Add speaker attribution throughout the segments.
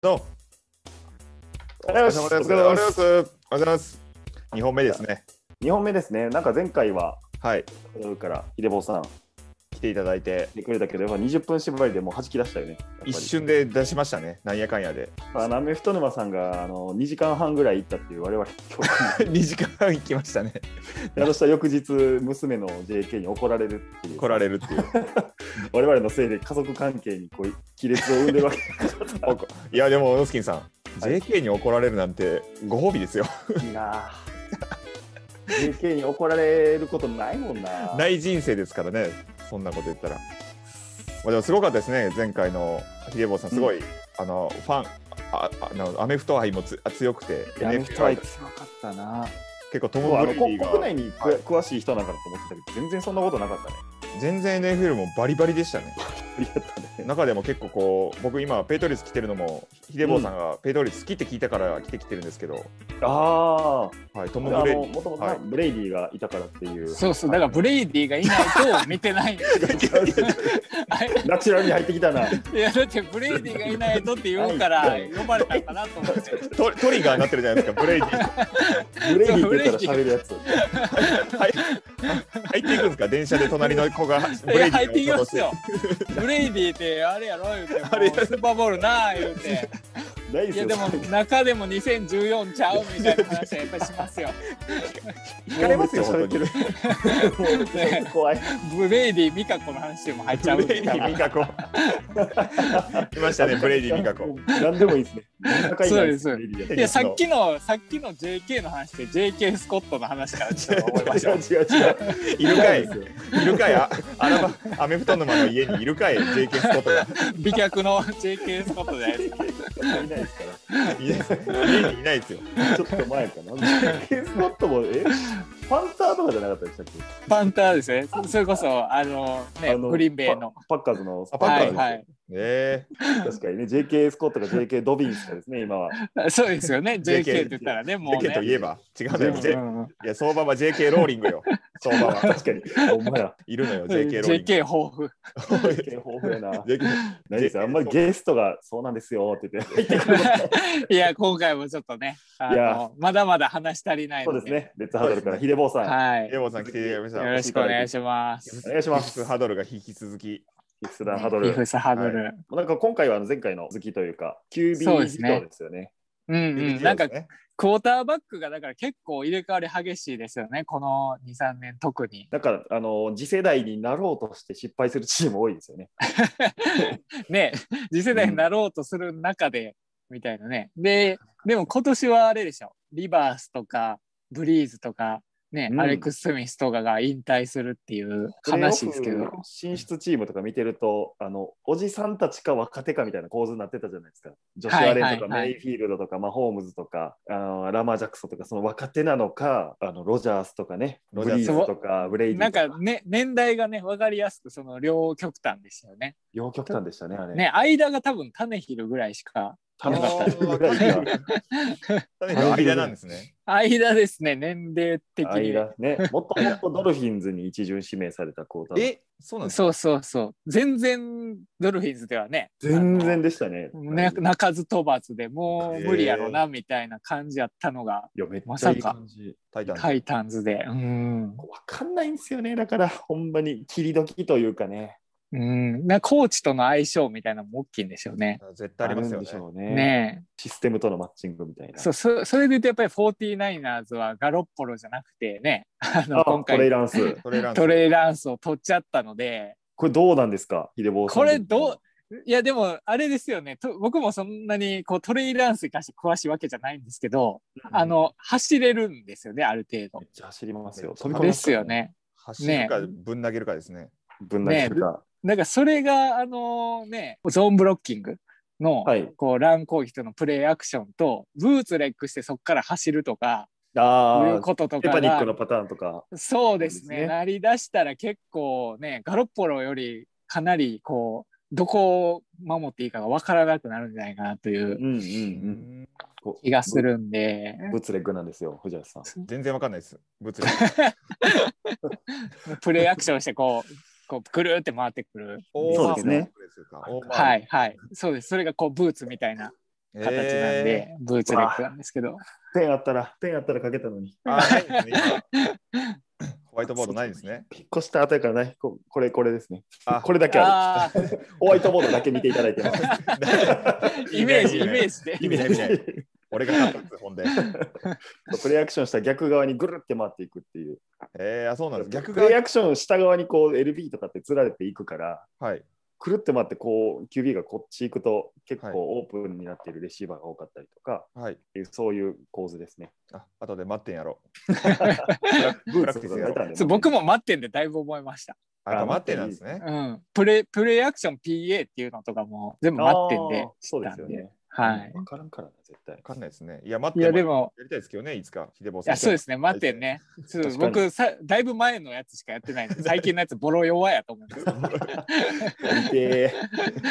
Speaker 1: どうもお疲れ様です。お疲れ様です。おはようございます。2本目ですね。
Speaker 2: 2本目ですね、なんか前回は、
Speaker 1: はい。
Speaker 2: から、ひでぼうさん
Speaker 1: 来ていただいて、
Speaker 2: 来てくれたけど、やっぱ20分縛りでもう弾き出したよね。やっぱり
Speaker 1: 一。瞬で出しましたね。なんやかん やで。
Speaker 2: まあ、なめふとぬまさんがあの2時間半ぐらい行ったっていう、我々、今日、
Speaker 1: 2時間半行きましたね。
Speaker 2: やとした翌日、娘の JK に怒られるってい う、
Speaker 1: 来られるっていう。
Speaker 2: 我々のせいで家族関係にこう亀裂を生んで るわけ
Speaker 1: おこいや、でも、ノスキンさん、
Speaker 2: はい
Speaker 1: JK に怒られるなんてご褒美ですよ。
Speaker 2: いいなあ JK に怒られることないもんな。
Speaker 1: ない人生ですからね。そんなこと言ったら。まあ、でも、すごかったですね。前回のひでぼうさん、すごい、あの、ファン、あああのアメフト愛もつ強くて、
Speaker 2: やめる人は
Speaker 1: NFL
Speaker 2: 強かったな。
Speaker 1: 結構ト
Speaker 2: もう
Speaker 1: ム・
Speaker 2: あ
Speaker 1: ブ
Speaker 2: の
Speaker 1: レイディ
Speaker 2: こ国
Speaker 1: が
Speaker 2: 内にくわ詳しい人なんかなと思ってたけど、全然そんなことなかったね。
Speaker 1: 全然 NFL もバリバリでしたね。
Speaker 2: ありがとうね。
Speaker 1: 中でも結構こう僕今ペイトリス来てるのもひでぼうさんがペイトリス好きって聞いたから来てきてるんですけど、
Speaker 2: ああ。
Speaker 1: はい、トム・
Speaker 2: あ
Speaker 1: ブレイ
Speaker 2: のもともと
Speaker 1: はい
Speaker 2: ブレイディがいたからっていう、
Speaker 3: そうそう、だからブレイディがいないと見てないんですよあれ
Speaker 2: ナチュラルに入ってきたな。
Speaker 3: いや、だってブレイディがいないとって言うから呼ばれたんかなと思って。
Speaker 1: トトリガーになってるじゃないですかブレイディ
Speaker 2: ブレイディって言ったら喋るやつ。
Speaker 1: はい入っていくんですか電車で隣の子がブ
Speaker 3: い
Speaker 1: レ
Speaker 3: や
Speaker 1: イディ
Speaker 3: 入ってき
Speaker 1: の音
Speaker 3: ま
Speaker 1: をして
Speaker 3: すよ。ブレイディってあれやろ言うて、もう
Speaker 1: あれや
Speaker 3: スーパーボールなあ言うて。
Speaker 2: 大好
Speaker 3: いや、でも中でも2014ちゃうみたいな話はやっぱりしますよ。
Speaker 1: 聞かれますよ
Speaker 2: もうめっちゃ喋ってる。もうちょっと怖い。
Speaker 3: ブレイディ、ミカコの話でも入っちゃう
Speaker 1: ブ
Speaker 3: みた
Speaker 1: レイ
Speaker 3: い
Speaker 1: ディ
Speaker 3: な。
Speaker 1: 美香子いましたねブレイディ美香子
Speaker 2: 何でもいいですね。仲いいな
Speaker 3: そうですそう
Speaker 2: ブレイディ
Speaker 1: テ
Speaker 3: い
Speaker 1: ニ
Speaker 3: や、
Speaker 1: スの
Speaker 3: さっきの、さっきの JK の話で JK スコットの話からちょっと思いまし
Speaker 2: が違
Speaker 3: た。
Speaker 2: う違う違う。
Speaker 1: いるかい
Speaker 2: そうなんですよ
Speaker 1: いるかいあアラバアメフト沼の家にいるかい JK スコットが
Speaker 3: 美脚の JK スコットじゃないですか。
Speaker 2: いないですか
Speaker 1: いないです家にいないですよ
Speaker 2: ら。ちょっと前かな。JK スコットも、えパンターとかじゃなかったでしたっけ
Speaker 3: パンターですね。そそれこそ、あの、ね、
Speaker 2: あの
Speaker 3: グリーンベイの。
Speaker 2: パパッカーズの。
Speaker 1: あパッカ
Speaker 3: は
Speaker 1: ー
Speaker 3: い
Speaker 1: ズ
Speaker 3: はい。
Speaker 1: ねえ
Speaker 2: 確かにね、JK スコットか JK ドビンスかですね、今は。
Speaker 3: そうですよね。JK って言ったらね、もう、ね。
Speaker 1: JK といえば違うのよ、
Speaker 3: うん
Speaker 1: J い
Speaker 3: うんうん
Speaker 1: や相場は JK ローリングよ相場は
Speaker 2: 確かに。ほんまや。
Speaker 1: いるのよ、JK ローリン
Speaker 3: JK 豊富。
Speaker 1: グ。
Speaker 2: JK 豊富やな。
Speaker 1: JK
Speaker 2: 何ですあんまりゲストがそうなんですよって言って入ってくる
Speaker 3: いや、今回もちょっとね、あ
Speaker 2: いや
Speaker 3: のまだまだ話し足りない
Speaker 2: そう
Speaker 3: ので。
Speaker 2: ですね。レッツハードルからヒデボーさん、
Speaker 3: はい。
Speaker 1: エボさん来ていただきました。
Speaker 3: よろしくお願いします。
Speaker 2: お願いします。
Speaker 1: ハードルが引き続き。
Speaker 2: ヒスダーハード
Speaker 3: イ
Speaker 2: ル。
Speaker 3: フスハードル。
Speaker 2: なんか今回はあの前回の好きというか、QB
Speaker 3: そう
Speaker 2: 事
Speaker 3: ですね
Speaker 2: 情ですよね。
Speaker 3: うんうん。なんか、ク
Speaker 1: ね
Speaker 3: ォーターバックがだから結構入れ替わり激しいですよね。この2、3年特に。
Speaker 2: だから、あの、次世代になろうとして失敗するチーム多いですよね。
Speaker 3: ね、次世代になろうとする中で、みたいなね。で、でも今年はあれでしょ。リバースとか、ブリーズとか、ね、
Speaker 2: うん
Speaker 3: アレックス・スミスとかが引退するっていう話ですけ
Speaker 2: プレー
Speaker 3: ど
Speaker 2: オ。フ進出チームとか見てると、あの、おじさんたちか若手かみたいな構図になってたじゃないですか。ジョシュアレンとか、
Speaker 3: はいはいはい
Speaker 2: メイフィールドとか、マホームズとか、あのラマージャクソンとか、その若手なのか、あの、ロジャースとかね、
Speaker 1: ロ
Speaker 2: ブ
Speaker 1: ジャー
Speaker 2: リー
Speaker 1: ス
Speaker 2: ズとか、ブレイディ
Speaker 3: な
Speaker 2: と
Speaker 3: んかね、年代がね、分かりやすく、その両極端ですよね。
Speaker 2: 両極端でしたね、あれ。
Speaker 3: ね、間が多分、タネヒルぐらいしか、
Speaker 1: あ
Speaker 2: 楽しかったぐらいが
Speaker 1: ータネが間なんですね。
Speaker 3: 間ですね、年齢的に。
Speaker 2: 間ね、もともとドルフィンズに一巡指名されたクォーター。
Speaker 1: え、そうなんですか
Speaker 3: そうそうそう。全然、ドルフィンズではね、
Speaker 2: 全然でしたね。
Speaker 3: ね泣かず飛ばずでもう無理やろな、みたいな感じやったのが、
Speaker 2: いや、めっ
Speaker 3: ま
Speaker 2: ちゃ
Speaker 3: さ
Speaker 2: いい
Speaker 3: か
Speaker 2: 感じ。
Speaker 1: タイタン
Speaker 3: タイタンズで。うん。
Speaker 2: わかんないんですよね。だから、ほんまに切り時というかね。
Speaker 3: うん。なコーチとの相性みたいなのも大きいんでしょうね。
Speaker 1: 絶対ありますよ
Speaker 2: るんでし
Speaker 1: ね。
Speaker 2: ょうね
Speaker 3: ね
Speaker 2: システムとのマッチングみたい
Speaker 3: え。
Speaker 2: な。
Speaker 3: そう、そそれで言うとやっぱり 49ers はガロッポロじゃなく てね、あの、
Speaker 2: あ
Speaker 3: 今
Speaker 2: トレイ
Speaker 3: 回
Speaker 2: ランス。
Speaker 1: トレーランス
Speaker 3: トレイランスを取っちゃったので、
Speaker 2: これどうなんですかヒデボーさん。
Speaker 3: これどう、いやでもあれですよね、と僕もそんなにこうトレイランスに関して詳しいわけじゃないんですけど、
Speaker 2: うん
Speaker 3: あ、の、走れるんですよね、ある程
Speaker 2: めっちゃ走りますよ。飛
Speaker 1: あ
Speaker 2: び込み
Speaker 3: 度。
Speaker 2: ま
Speaker 3: ですす
Speaker 2: から
Speaker 3: よ。ね。
Speaker 1: 走るかぶん投げるかですね。
Speaker 2: ぶん投げるか。
Speaker 3: なんかそれが、あのね、ゾーンブロッキングの、
Speaker 2: はい
Speaker 3: こう、ラン攻撃とのプレイアクションと、ブーツレックしてそこから走るとか、い
Speaker 2: あ
Speaker 3: う
Speaker 2: あ、
Speaker 3: ことと
Speaker 2: テ
Speaker 3: か
Speaker 2: パニックの
Speaker 3: が、
Speaker 2: パターンとか。
Speaker 3: そうです
Speaker 2: そうですね
Speaker 3: ね、なりだしたら結構ね、ガロッポロよりかなり、こう、どこを守っていいかが分からなくなるんじゃないかなとい
Speaker 2: う
Speaker 3: う
Speaker 2: んうんう。
Speaker 1: うんん
Speaker 2: こう
Speaker 3: 気がす。るんで、
Speaker 2: ぶぶつレッグなんですよ、藤原さん。
Speaker 1: 全然わかんないです。物理。
Speaker 3: プレイアクションしてこう、こう、くるーって回ってくる。
Speaker 1: 大
Speaker 2: そうですね
Speaker 1: 回りのプレスか。大回り
Speaker 3: はいはい。そうです。それがこう、ブーツみたいな
Speaker 1: 形
Speaker 3: 形なんで、ブーツレックなんですけど。
Speaker 2: ペンあったら、ペンあったらかけたのに。
Speaker 1: あないですね今ホワイトボードないですね。
Speaker 2: 引っ越した後やからね、ここれ、これですね。
Speaker 1: あ
Speaker 2: これだけあ
Speaker 3: ああ
Speaker 2: る。ホワイトボードだけ見ていただい てます。
Speaker 3: ー、イメージ、イメージで。
Speaker 1: 意味ない意味ない。俺が買ったんです、ほんで。
Speaker 2: プレイアクションした逆側にぐるって回っていくっていう。
Speaker 1: えー、あそうなんです。逆
Speaker 2: プ
Speaker 1: が
Speaker 2: レイ。アクションした側にこう LB とかってつられていくから、
Speaker 1: はい。
Speaker 2: くるって回ってこう QB がこっち行くと結構オープンになっているレシーバーが多かったりとか、
Speaker 1: はい。
Speaker 2: っていうそういう構図ですね。
Speaker 1: あ後で待ってんやろ。
Speaker 2: ブーツとか出たんで
Speaker 3: そう僕も待ってんでだいぶ覚えました。
Speaker 1: あと待ってなんですね。
Speaker 3: うん。プレプレイアクション PA っていうのとかも全部待ってんで
Speaker 2: あーそうですよ
Speaker 3: 知ったん
Speaker 2: ね。
Speaker 3: はい。
Speaker 2: わからんからな、絶対
Speaker 1: わ。かんないですね。いや、待って
Speaker 3: いや
Speaker 1: や
Speaker 3: で
Speaker 1: り
Speaker 3: も、
Speaker 1: たいですけどね、いつか、秀坊
Speaker 3: い
Speaker 1: さん。
Speaker 3: やそうですね、待ってん。ね。そう
Speaker 2: 確かに
Speaker 3: 僕さ、だいぶ前のやつしかやってないん で、最近のやつ、ボロ弱やと思うんですよ。
Speaker 2: 見て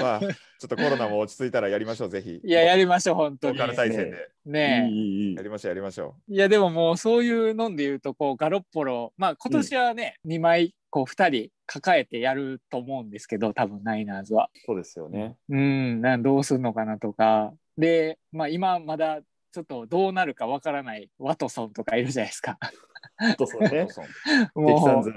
Speaker 1: まあ、ちょっとコロナも落ち着いたらやりましょう、ぜひ。
Speaker 3: いや、やりましょう、本
Speaker 1: ロ
Speaker 3: 当
Speaker 1: ー
Speaker 3: に
Speaker 1: カ。ル対戦で。
Speaker 2: ー、い
Speaker 3: ね
Speaker 2: いいいいい
Speaker 1: や。りましょう、やりましょ
Speaker 3: え。いや、でももう、そういうのんで言うと、こう、ガロッポロ、まあ、今年はね、2枚、こう、2人抱えてやると思うんですけど、多分ナイナーズは。
Speaker 2: そうですよね。
Speaker 3: うん、なんどうするのかなとか。で、まあ、今、まだ、ちょっとどうなるかわからないワトソンとかいるじゃないですか。
Speaker 2: そうそう
Speaker 1: う。
Speaker 2: ね。
Speaker 1: そう
Speaker 2: テキサン
Speaker 3: も
Speaker 2: ズ。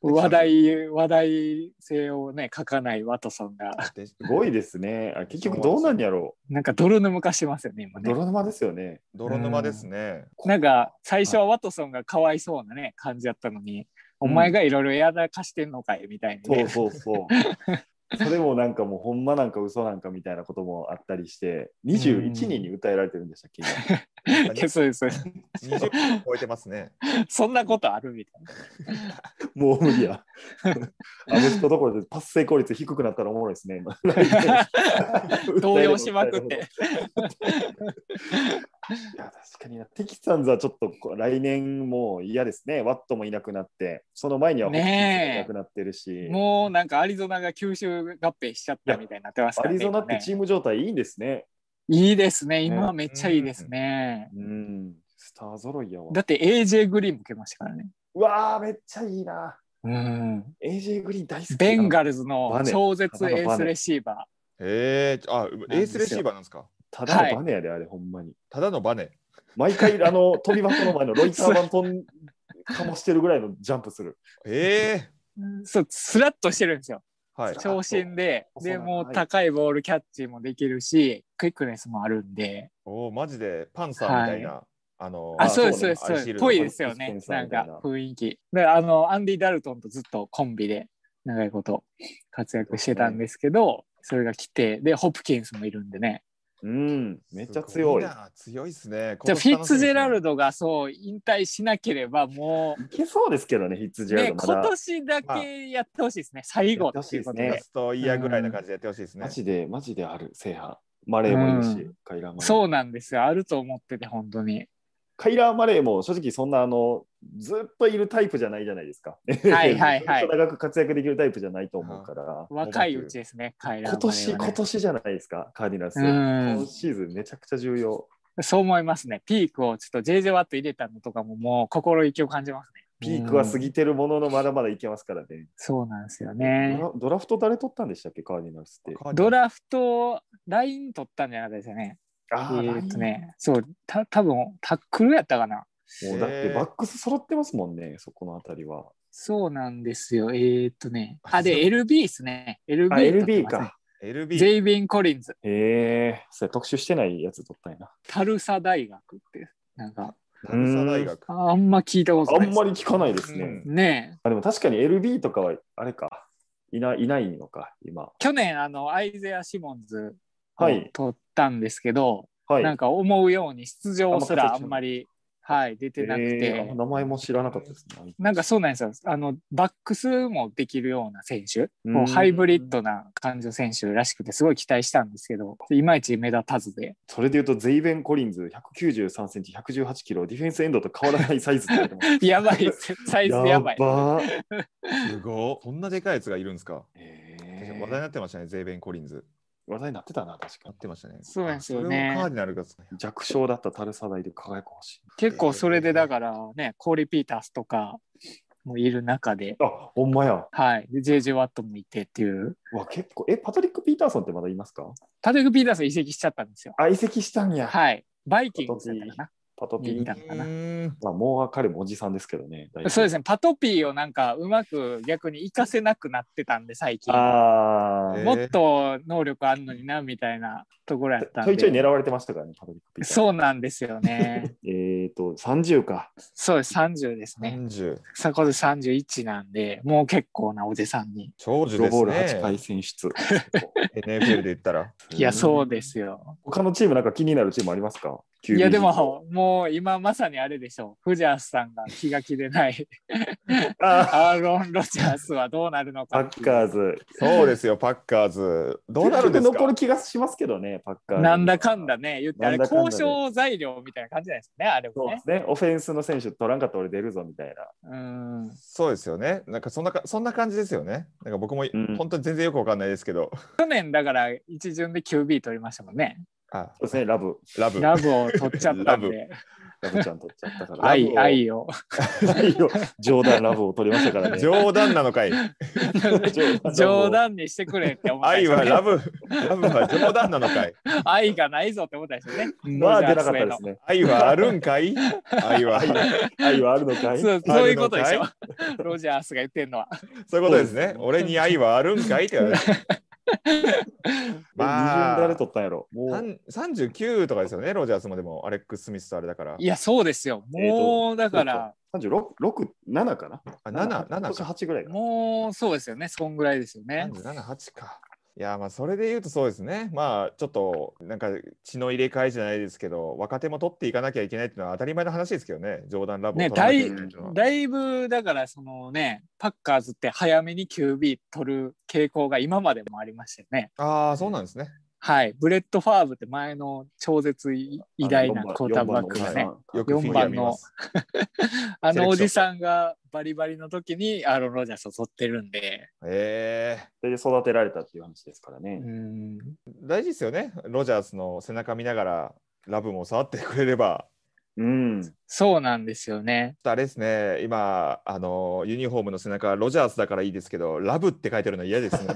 Speaker 3: う話題、話題性をね、書かないワトソンが、
Speaker 1: でし
Speaker 2: すごいですね。あ結局どうなんやろ
Speaker 3: なんか泥沼化してますよね、今
Speaker 2: う。
Speaker 3: ね。
Speaker 2: 泥沼ですよね。
Speaker 1: 泥沼ですね。
Speaker 3: なんか最初はワトソンがかわいそうなね感じだったのに、お前がいろいろやらかしてんのかいみたいに
Speaker 2: そ
Speaker 3: ね
Speaker 2: うそうそう。それもなんかもうほんまなんか嘘なんかみたいなこともあったりして、21人に訴えられてるんでしたっけ、今
Speaker 1: う
Speaker 3: そうです
Speaker 1: 20分超えてますね。
Speaker 3: そんなことあるみたいな
Speaker 2: もう無理や。アメフトどころでパス成功率低くなったらおもろいですね、今
Speaker 3: 動揺しまくって。
Speaker 2: いや確かになテキサンズはちょっとこう来年もう嫌ですね、ワットもいなくなって、その前にはホッキンス
Speaker 3: ねえ
Speaker 2: もいなくなってるし、
Speaker 3: もうなんかアリゾナが吸収合併しちゃったみたいになってますか
Speaker 2: ア
Speaker 3: らね
Speaker 2: リゾナって
Speaker 3: 今ね
Speaker 2: チーム状態いいんですね。
Speaker 3: いいですね今めっちゃいいですね、
Speaker 2: うん、スター揃いやわ
Speaker 3: だ。って AJ グリーンも来ましたからね
Speaker 2: うわー、めっちゃいいな。
Speaker 3: うん、
Speaker 2: AJ グリーン大好き。
Speaker 3: ベンガルズの
Speaker 2: バネ
Speaker 3: 超絶エースレシーバ
Speaker 1: えー、あ、エースレシーバーなんですか。
Speaker 2: ただのバネやで、あれ、ほんまに。
Speaker 1: ただのバネ。
Speaker 2: 毎回、あの、飛び箱の前のロイター版飛んかもしてるぐらいのジャンプする。
Speaker 1: ええ
Speaker 3: ーそうスラッとしてるんですよ
Speaker 1: ー、はい。
Speaker 3: 長身で、
Speaker 2: あそうな
Speaker 3: で
Speaker 2: んだ
Speaker 3: も
Speaker 2: は
Speaker 3: う
Speaker 2: い
Speaker 3: 高いボールキャッチもできるし、クイックネスもあるんで、
Speaker 1: おお、マジでパンサーみたいな。あの
Speaker 3: あ、
Speaker 2: あ
Speaker 3: そうです、
Speaker 2: そ
Speaker 3: そう
Speaker 1: ア
Speaker 2: ね
Speaker 3: うです、そう
Speaker 1: イシー
Speaker 3: で
Speaker 1: ルド
Speaker 3: す、ぽいですよ
Speaker 2: アイシー
Speaker 3: ね
Speaker 2: ル、ド
Speaker 3: なん
Speaker 2: みた
Speaker 3: か
Speaker 2: いな
Speaker 3: 雰囲気。で、あの、アンディ・ダルトンとずっとコンビで長いこと活躍してたんですけど、それが来て、で、ホプキンスもいるんでね。
Speaker 2: うん、めっちゃ
Speaker 1: すご
Speaker 2: 強い。
Speaker 1: な強いですね。
Speaker 3: じゃあ、フィッツジェラル
Speaker 1: ド。
Speaker 3: ドがそう、引退しなければ、も
Speaker 2: いけそうですけどね、ヒッツ
Speaker 3: う、
Speaker 2: ジェラ
Speaker 3: ね、
Speaker 2: ルドま
Speaker 3: 今
Speaker 2: だ。
Speaker 3: 年だけやってほしいですね、最後っていうこと
Speaker 2: やっ
Speaker 1: ラ
Speaker 3: で。
Speaker 1: ストイヤーぐらいな感じでやってほしいですね
Speaker 2: マ。ジで、マジである、制覇。マレーもいるし、
Speaker 3: う
Speaker 2: カイラー・マレー。
Speaker 3: そうなんですよ、あると思ってて、本当に。
Speaker 2: カイラー・マレーも正直そんなあのずっといるタイプじゃないじゃないですか。
Speaker 3: はいはいはい
Speaker 2: ずっと長く活躍できるタイプじゃないと思うから、
Speaker 3: 若いうちですね、カイラー
Speaker 2: 今
Speaker 3: マレーはね
Speaker 2: 年、今年じゃないですか、カーディナルス。
Speaker 3: うん
Speaker 2: 今シーズンめちゃくちゃ重要。
Speaker 3: そう思いますね。ピークをちょっと JJ ワット入れたのとかももう心意気を感じますね。
Speaker 2: ピークは過
Speaker 3: うん
Speaker 2: ぎてるもののまだまだいけますからね。
Speaker 3: そうなんですよ
Speaker 2: ド
Speaker 3: ね。
Speaker 2: ラドラフト誰取ったんでしたっけ、カーディナルスって。
Speaker 3: ドラフト、ライン取ったんじゃなかったですよね。え
Speaker 2: あー
Speaker 3: ーっとね、そう、た多分タックルやったかな。
Speaker 2: もうだってバックス揃ってますもんね、そこのあたりは。
Speaker 3: そうなんですよ。えーっとね。あ、で、LB ですね。LB
Speaker 2: あ、
Speaker 3: 取ってますね
Speaker 2: LB か。。
Speaker 1: LB。
Speaker 3: ジェイビン・コリンズ、
Speaker 2: へえ、それ特集してないやつ取ったんやな。
Speaker 3: タルサ大学って、なんか、
Speaker 1: ナルサ大学。
Speaker 3: あんま聞いたこと
Speaker 2: あ
Speaker 3: ない
Speaker 2: ん
Speaker 3: で。
Speaker 2: ますり聞かないですね。
Speaker 1: うん
Speaker 3: ねえ。
Speaker 2: あでも確かに LB とかはあれか、いないいないのか、今。
Speaker 3: 去年、あの、アイゼア・シモンズを
Speaker 2: はい
Speaker 3: 取ったんですけど、
Speaker 2: はい。
Speaker 3: なんか思うように出場すらあんまり、はい、出てなくて、
Speaker 2: えーあ名前も知らなかったですね。
Speaker 3: なんかそうなんですよあのバックスもできるような選手
Speaker 2: うん
Speaker 3: こうハイブリッドな感じの選手らしくてすごい期待したんですけどいまいち目立たず で
Speaker 2: それでいうと、ゼイベン・コリンズ、193センチ、118キロ、ディフェンスエンドと変わらないサイズって言われてます
Speaker 3: やばいですサイズやばい
Speaker 2: ばー
Speaker 1: すごい。こんなでかいやつがいるんですか。話題
Speaker 2: え
Speaker 1: に
Speaker 2: ー
Speaker 1: なってましたね、ゼーベン・コリンズ。
Speaker 2: 話題になってたな、確
Speaker 1: な
Speaker 2: かに
Speaker 1: っ。てましたね。
Speaker 3: そうなんですよ
Speaker 1: あ
Speaker 3: ね
Speaker 1: それをカーディナルが。
Speaker 2: 弱小だったタルサ大で輝くほしい。
Speaker 3: 結構それでだからねコーリー・ピータースとかもいる中で、
Speaker 2: あ、ほんまや。
Speaker 3: はい。で、JJ ワットもいてっていう。
Speaker 2: わ、結構。え、パトリック・ピーターソンってまだいますか
Speaker 3: パトリック・ピーターソン移籍しちゃったんですよ。
Speaker 2: あ、移籍したんや。
Speaker 3: はい。バイキングスだったか
Speaker 2: パトピ
Speaker 3: いい
Speaker 2: ー
Speaker 3: んだ。かな
Speaker 1: うん
Speaker 2: まあ、もう彼もおじさんですけどね。。
Speaker 3: な。そうですすね。パトピーをなんかうまく逆に活かせなくなってたんで、最近。
Speaker 2: あ
Speaker 1: え
Speaker 2: ー
Speaker 1: ー
Speaker 3: もっと能力あるのにな、みたいなところやったん
Speaker 2: ちょ
Speaker 3: で。
Speaker 2: いちょい狙われてましたからね、パトリック・ピーターソン。
Speaker 3: そうなんですよね。
Speaker 2: えっ、ー、と、30か。
Speaker 3: そうです。30ですね。
Speaker 1: 30
Speaker 3: そこで31なんで、もう結構なおじさんに。
Speaker 1: 長寿
Speaker 2: プ
Speaker 1: で
Speaker 2: ロボ
Speaker 1: す
Speaker 2: ール8 回
Speaker 1: ね。
Speaker 2: 選 出。
Speaker 1: NFL で言ったら。
Speaker 3: いや、そうですよ。
Speaker 2: 他のチームなんか気になるチームありますか
Speaker 3: いや、で。も、もう今まさにあれでしょう。フジャースさんが気が気でない。
Speaker 2: あ
Speaker 3: アーロン・ロジャースはどうなるの
Speaker 2: パ
Speaker 3: かって
Speaker 2: ッ
Speaker 3: いう。
Speaker 2: カーズ。
Speaker 1: そうですよ、パッカーズ。どうなるんです
Speaker 2: 結局残
Speaker 1: か
Speaker 2: る気がしますけどね、パッカーズ。
Speaker 3: なんだかんだね、言って、あれ、
Speaker 2: なんだかんだ
Speaker 3: 交
Speaker 2: で
Speaker 3: 渉材料みたいな感じじゃないですかね、あれ
Speaker 2: そう
Speaker 3: も
Speaker 2: で
Speaker 3: ね。
Speaker 2: すね。オフェンスの選手取らんかったら俺出るぞみたいな。
Speaker 3: うん。
Speaker 1: そうですよね。なんかそんなかそんな感じですよね。なんか僕も、
Speaker 2: ん
Speaker 1: 本当に全然よくわかんないですけど。
Speaker 3: 去年、だから、一巡で QB 取りましたもんね。
Speaker 1: あ
Speaker 2: そうですね、ラブ。
Speaker 1: ラブ。
Speaker 3: ラブを取っち ゃったんで、
Speaker 2: ラブちゃん取っちゃったから。
Speaker 3: 愛、
Speaker 2: ラ
Speaker 3: 愛 を。
Speaker 2: ブを愛を冗談ラブを取りましたからね。
Speaker 1: 冗談なのかい。
Speaker 3: 冗談にしてくれって思ったん
Speaker 1: 愛
Speaker 3: で す よ
Speaker 1: は
Speaker 3: ね
Speaker 1: ラブ。ラブは冗談なのかい。
Speaker 3: 愛がないぞって思ったんですよね。
Speaker 2: は出なかっ
Speaker 3: ロジャ
Speaker 2: たで
Speaker 3: ースへ
Speaker 2: すね。
Speaker 1: 愛はあるんかい愛は。
Speaker 2: 愛愛はあるのかい
Speaker 3: のそうそういうことでし
Speaker 1: あるの
Speaker 3: ょ。 ロジャースが言ってるのは。
Speaker 1: そういうことですね。
Speaker 2: そうですね
Speaker 1: 俺に愛はあるんかいって言われて。ま
Speaker 2: ま
Speaker 1: あ
Speaker 2: あ、誰取ったんやろもう、
Speaker 1: 三39とかですよね、ロジャースもでも、アレックス・スミスとあれだから
Speaker 3: い。や、そうですよ。
Speaker 2: えーと
Speaker 3: もう、だから、
Speaker 2: 36、6、7かな
Speaker 1: あ、7、7
Speaker 2: か。
Speaker 1: か。
Speaker 2: 8ぐらいかな。
Speaker 3: もう、そうですよね。そんぐらいですよね。
Speaker 1: 37、8か。いや、まあ、それで言うとそうですね。まあ、ちょっと、なんか、血の入れ替えじゃないですけど、若手も取っていかなきゃいけないっていうのは当たり前の話ですけどね、冗談ラボを
Speaker 3: ね
Speaker 1: 取らなきゃいけないっていうのは。
Speaker 3: だいぶだからそのねパッカーズって早めに QB 取る傾向が今までもありましたよね
Speaker 1: ああ、そうなんですね。
Speaker 3: はいブレッド・ファーブって前の超絶偉大なクォーターバックがね
Speaker 1: よくフィギュア見ます。
Speaker 3: あ
Speaker 1: 番の
Speaker 3: のおじさんがバリバリの時にアーロン・ロジャースを取ってるんで
Speaker 1: ええ
Speaker 2: で育てられたっていう話ですから
Speaker 3: う
Speaker 2: ね。
Speaker 3: ん
Speaker 1: 大事ですよね。ロジャースの背中見ながら、ラブも触ってくれれば。
Speaker 2: うん。
Speaker 3: そうなんですよね
Speaker 1: あれですね、今、あのユニフォームの背中、ロジャースだからいいですけど、ラブって書いてるの嫌ですね。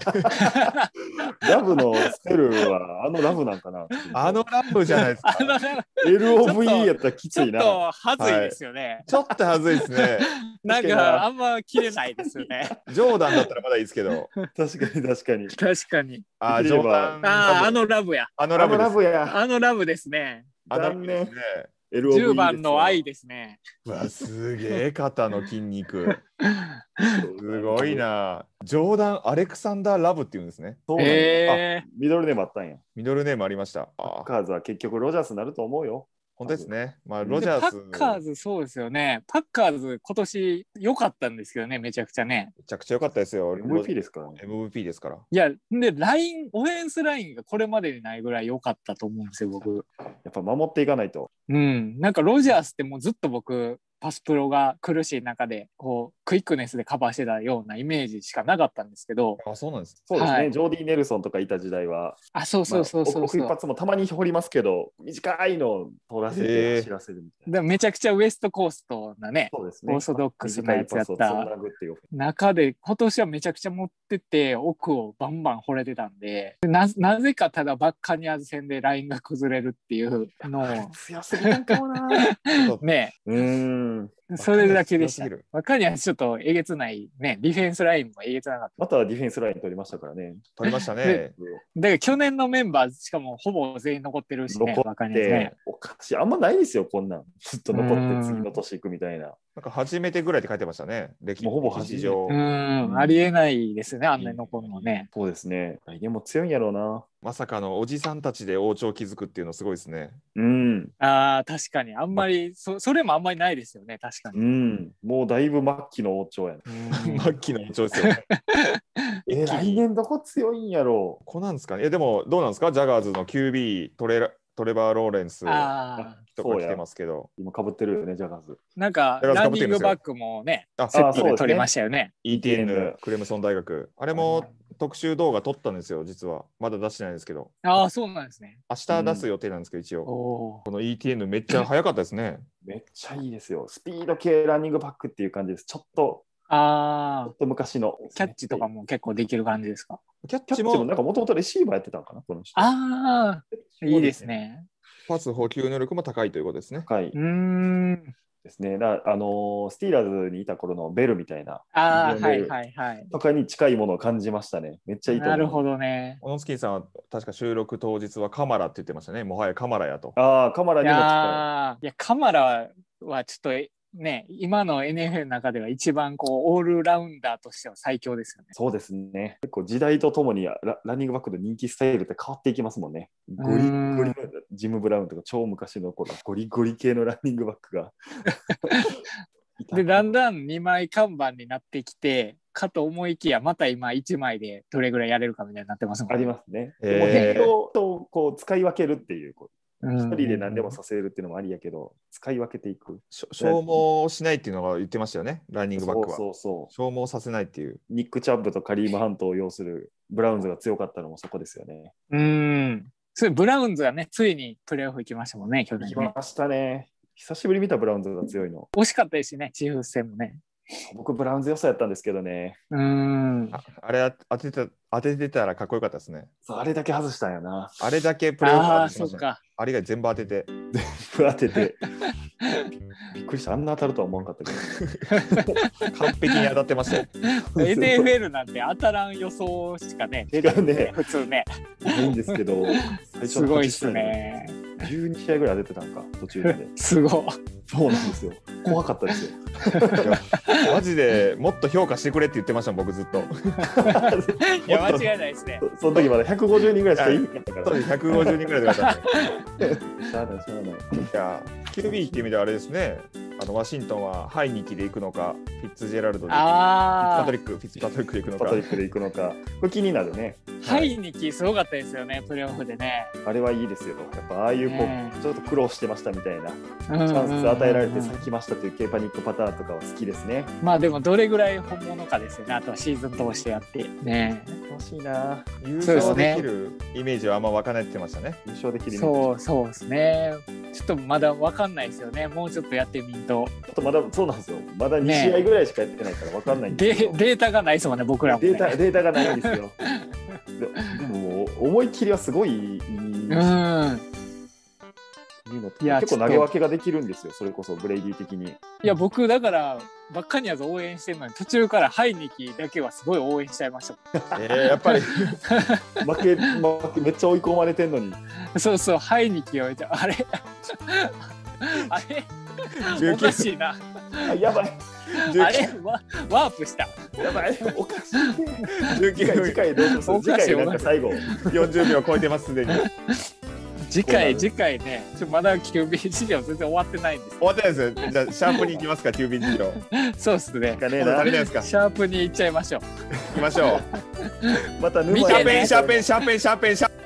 Speaker 2: ラブのスペルは、あのラブなんかな
Speaker 1: あのラブじゃないです か
Speaker 3: あ。のね
Speaker 2: LOVE やったらき
Speaker 3: ち
Speaker 2: つ
Speaker 3: ょっ
Speaker 2: いな。
Speaker 3: とはずいですよね、
Speaker 1: ちょっとはずいですね。
Speaker 3: なんかあんま切れないですよね
Speaker 1: 冗談だったらまだいいですけど、
Speaker 2: 確かに確かに。
Speaker 3: 確かに
Speaker 1: あー
Speaker 2: でき
Speaker 1: 冗
Speaker 2: れば
Speaker 1: 談
Speaker 3: あああ
Speaker 1: ラブ
Speaker 3: のラブや
Speaker 1: あの
Speaker 2: あ
Speaker 1: ラブ
Speaker 2: の
Speaker 1: で
Speaker 2: ラ
Speaker 1: す
Speaker 2: ブや。
Speaker 3: あのラブですね
Speaker 1: あのラブ
Speaker 2: 残
Speaker 1: です
Speaker 2: 念
Speaker 1: ね。
Speaker 2: LOVE
Speaker 3: 10番の愛
Speaker 2: で
Speaker 3: ですね
Speaker 1: うわ、すげえ肩の筋 肉。
Speaker 2: すよ。
Speaker 1: すごいな。冗談アレクサンダー・ラブっていうんですね。
Speaker 2: そうなんやあ
Speaker 3: え
Speaker 2: ミドルネームあったんや。
Speaker 1: ミドルネームありました。あー
Speaker 2: カーズは結局ロジャースになると思うよ。
Speaker 1: 本当ですね。まあ、
Speaker 3: ー
Speaker 1: ロジャース、め
Speaker 3: でパッカーズそうですよねパッカーズ今年良かったんですけどねめちゃくちゃね
Speaker 1: ちゃくちゃ良かったですよ。
Speaker 2: MVP ですからね。
Speaker 1: MVP ですから。
Speaker 3: いやでラインオフェンスラインがこれまでにないぐらい良かったと思うんですよ僕
Speaker 2: やっぱ守っていかないと。
Speaker 3: うんなんかロジャースってもうずっと僕パスプロが苦しい中でこうクイックネスでカバーしてたようなイメージしかなかったんですけど
Speaker 1: あ、そうなんです。
Speaker 2: そうですね、
Speaker 3: はい
Speaker 2: ジョーディ・ネルソンとかいた時代は、
Speaker 3: あそうそうそう
Speaker 2: まあ
Speaker 3: そう
Speaker 2: オフ
Speaker 3: そ
Speaker 2: 一
Speaker 3: う、
Speaker 2: 発もたまに掘りますけど、短いのを取らせ
Speaker 1: へ
Speaker 2: て
Speaker 1: ー
Speaker 2: 走らせるみたいな。
Speaker 3: でもめちゃくちゃウエストコーストなね
Speaker 2: そうです
Speaker 3: オ
Speaker 2: ね。
Speaker 3: ーソドックス
Speaker 2: 短
Speaker 3: なや
Speaker 2: い
Speaker 3: つや
Speaker 2: パ
Speaker 3: っ
Speaker 2: スをつ
Speaker 3: た
Speaker 2: なぐっていう。
Speaker 3: 中で今年はめちゃくちゃ持ってて奥をバンバン掘れてたんでななぜかただバッカニアーズ戦でラインが崩れるっていう のを
Speaker 2: 強すぎたんかもな。
Speaker 3: ね
Speaker 2: うーん。
Speaker 3: それだけでし
Speaker 1: バッカニアーズ強すぎ
Speaker 3: た
Speaker 1: る
Speaker 3: バッカニアーズちょっとえげつないねディフェンスラインもえげつなかっ
Speaker 2: またはディフェンスライン取りましたからね。
Speaker 1: 取りましたね
Speaker 3: で。ただから去年のメンバーしかもほぼ全員残ってるしね
Speaker 2: 残
Speaker 3: バッカニアーズね
Speaker 2: で、おかしい。あんまないですよ、こんなん。ずっと残
Speaker 3: うーん
Speaker 2: って次の年行くみたいな。
Speaker 1: なんか初めてぐらいって書いてましたね。歴
Speaker 2: もうほぼ初めて
Speaker 1: 史上
Speaker 3: う。ん、
Speaker 2: うん
Speaker 3: ありえないですねあんなに残るのね
Speaker 2: そうですね。来年も強いんやろうな。
Speaker 1: まさかのおじさんたちで王朝築くっていうのすごいですね。
Speaker 2: うん。
Speaker 3: あー確かにあんまりそそれもあんまりないですよね確か
Speaker 2: う
Speaker 3: に、
Speaker 2: ん。もうだいぶ末期の王朝やな。
Speaker 1: 末期の王朝ですよ ね。
Speaker 2: え、来年どこ強いんやろう。
Speaker 1: こうなんですかね。いやでもどうなんですかジャガーズの QB トレラトレバー・ローレンスとか
Speaker 3: ああ
Speaker 2: そう
Speaker 1: 来
Speaker 2: や
Speaker 1: てますけど、
Speaker 2: 今かぶってるよね、ジャガーズ。
Speaker 3: なんか
Speaker 1: だから
Speaker 3: ラ
Speaker 1: 被
Speaker 3: ン
Speaker 1: っ
Speaker 3: デ
Speaker 1: て
Speaker 3: ィ
Speaker 1: るんで
Speaker 3: ング
Speaker 1: すよ
Speaker 3: バックもね
Speaker 1: あ
Speaker 3: セッ
Speaker 2: そうです
Speaker 3: トで
Speaker 2: ね
Speaker 3: 取りましたよね
Speaker 1: ETN クレムソン大学、あれも特集動画撮ったんですよ、実は。まだ出してないんですけど、
Speaker 3: ああ、そうなんですね。
Speaker 1: 明日出す予定なんですけど、一応。
Speaker 3: お
Speaker 1: この ETN めっちゃ早かったですね。
Speaker 2: めっちゃいいですよ。スピード系ランニングバックっていう感じです。ちょっと
Speaker 3: あ
Speaker 2: ちょ
Speaker 3: あ
Speaker 2: っと昔の、
Speaker 3: キャッチとかも結構できる感じですか
Speaker 1: キャッ
Speaker 2: キャ
Speaker 1: チ
Speaker 2: ッチ
Speaker 1: も
Speaker 2: もなんかもともとレシーバーやってたのかな、この人。
Speaker 3: ああいいです。ね
Speaker 1: パス補給能力も高いということですね。
Speaker 2: 高いう
Speaker 3: ーん
Speaker 2: ですね。だあのースティーラーズにいた頃のベルみたいな、
Speaker 3: ああ
Speaker 1: 非常
Speaker 3: は
Speaker 1: に
Speaker 3: いはいはい
Speaker 2: とかに近いものを感じましたね。めっちゃいいと思
Speaker 3: な
Speaker 2: う。
Speaker 3: るほどね
Speaker 1: オノスキーさんは確か収録当日はカマラって言ってましたね。もはやカマラやと。
Speaker 2: ああ、カマラ
Speaker 3: い
Speaker 2: にも近
Speaker 3: やーいやカマラはちょっとえね今の NFL の中では一番こうオールラウンダーとしては最強ですよね
Speaker 2: い。そうですね。結構時代とともにラランニングバックの人気スタイルって変わっていきますもんね。ゴリ
Speaker 3: うん
Speaker 2: ゴリのジム・ブラウンとか超昔の頃、ゴリゴリ系のランニングバッ クが。いた
Speaker 3: でだんだん2枚看板になってきてかと思いきやまた今1枚でどれぐらいやれるかみたいになってますもん
Speaker 2: ありますね。
Speaker 1: へー
Speaker 2: もう変容とこう使い分けるっていう、こう
Speaker 3: 一
Speaker 2: 一人で何でもさせるっていうのもありやけど、使い分けていく。
Speaker 1: しょ消耗しないっていうのが言ってましたよね。ランニングバックは。
Speaker 2: そうそうそ
Speaker 1: 消耗させないっていう。
Speaker 2: う。ニック・チャッブとカリーム・ハントを擁するブラウンズが強かったのもそこですよね。
Speaker 3: うんそれブラウンズがねついにプレーオフ行きましたもんね去
Speaker 2: 行
Speaker 3: 年
Speaker 2: き
Speaker 3: ね
Speaker 2: ましたね。久しぶりに見たブラウンズが強いの。
Speaker 3: 惜しかったですしねチーフス戦もね
Speaker 2: 僕、ブラウンズ予想やったんですけどね。
Speaker 3: うん
Speaker 1: ああれ当ててた当ててたらかっこよかったですね。
Speaker 2: そうあれだけ外したんやな。
Speaker 1: あれだけプレーオフ当
Speaker 3: ああ
Speaker 1: ててま
Speaker 3: そ
Speaker 1: し
Speaker 3: う
Speaker 1: たね
Speaker 3: か
Speaker 1: あれ以外全部当てて。
Speaker 2: 当て て。びっくりした。あんな当たるとは思わなかったけど。
Speaker 1: 完璧に当たってました よ。
Speaker 3: NFL なんて当たらん予想しかね出てる
Speaker 2: 違うね
Speaker 3: ね普通ね
Speaker 2: いいんですけど、最
Speaker 3: す
Speaker 2: の
Speaker 3: ご
Speaker 2: 8
Speaker 3: いっ
Speaker 2: 試合
Speaker 3: すね。
Speaker 2: 12試合ぐらい当ててたんか、途中で
Speaker 3: すごい
Speaker 2: そうなんですよ。怖かったですよ。
Speaker 1: マジでもっと評価してくれって言ってましたもん、僕ずっと。
Speaker 3: いや間違いないですね
Speaker 2: そその時まだ150人ぐらいしかいなかったから。
Speaker 1: 150人ぐらいでやったん で。
Speaker 2: しゃあない、しゃあない。
Speaker 1: いや、QB っていう意味ではあれですね。あのワシントンはハイニキで行くのか、フィッツジェラルドで行くのか、フィッツパト
Speaker 3: あ
Speaker 1: リック、フィッツパトリックで行くの
Speaker 2: パ
Speaker 1: か
Speaker 2: トリ。ックで行くのか。これ気になるね。
Speaker 3: あハイニキすごかったですよねプレーオフでね
Speaker 2: あれはいいですよ。やっぱああいうこ
Speaker 3: ね
Speaker 2: う、ちょっと苦労してましたみたいな、チ
Speaker 3: チ
Speaker 2: ャンス与えられてさっきましたというケーパニックパターンとかは好きですね。
Speaker 3: まあでもどれぐらい本物かですよねあとはシーズン通してやってね
Speaker 2: 楽しいな。
Speaker 1: 優
Speaker 3: そうです
Speaker 1: 勝
Speaker 3: ね
Speaker 1: できるイメージはあんま分かんないって言ってました ね。
Speaker 2: 優勝できるイメージ
Speaker 3: そうそうですねちょっとまだわかんないですよねもうちょっとやってみんと
Speaker 2: ちょっとまだそうなんですよ。まだ2
Speaker 3: ね
Speaker 2: 試合ぐらいしかやってないからわかんないん
Speaker 3: で
Speaker 2: ですけど
Speaker 3: データがないですもんね僕らも、ね、
Speaker 2: データデータがないんです よ。ででも思い切りはすごいいい
Speaker 3: うん
Speaker 2: の
Speaker 3: いや
Speaker 2: 結構投げ分けができるんですよ。それこそブレイディ的に。
Speaker 3: いや僕だからばっかにやつ応援してるのに途中からハイニキだけはすごい応援しちゃいまし
Speaker 1: えー、やっぱり
Speaker 2: 負け負けめっちゃ追い込まれてんのに。
Speaker 3: たそうそうハイニキをちゃあれ あれおか
Speaker 1: 19
Speaker 3: しいな
Speaker 2: あやばい
Speaker 3: あ
Speaker 1: 19
Speaker 3: れワワープした
Speaker 2: やばいおかしい。次回次
Speaker 1: 19
Speaker 2: 回どうする
Speaker 3: おかしい
Speaker 2: 次回なんか最後。
Speaker 1: 40秒超えてますすでに。終
Speaker 3: 次
Speaker 2: そうな
Speaker 3: 回
Speaker 2: の
Speaker 3: 次回ねちょまだ QB 事情全然終わってないんです
Speaker 1: わってないですよ。じゃあシャープに行きますか、QB 事情。
Speaker 3: そうっすね
Speaker 2: かねえ
Speaker 1: まだ
Speaker 2: な
Speaker 1: 足りないですか。
Speaker 3: シャープに行っちゃいましょう
Speaker 1: 行きましょう。
Speaker 2: また
Speaker 3: 見
Speaker 1: シャ
Speaker 3: て
Speaker 1: ーペ
Speaker 3: ね
Speaker 1: ン、シャーペン、シャーペン、シャーペン、シャーペン。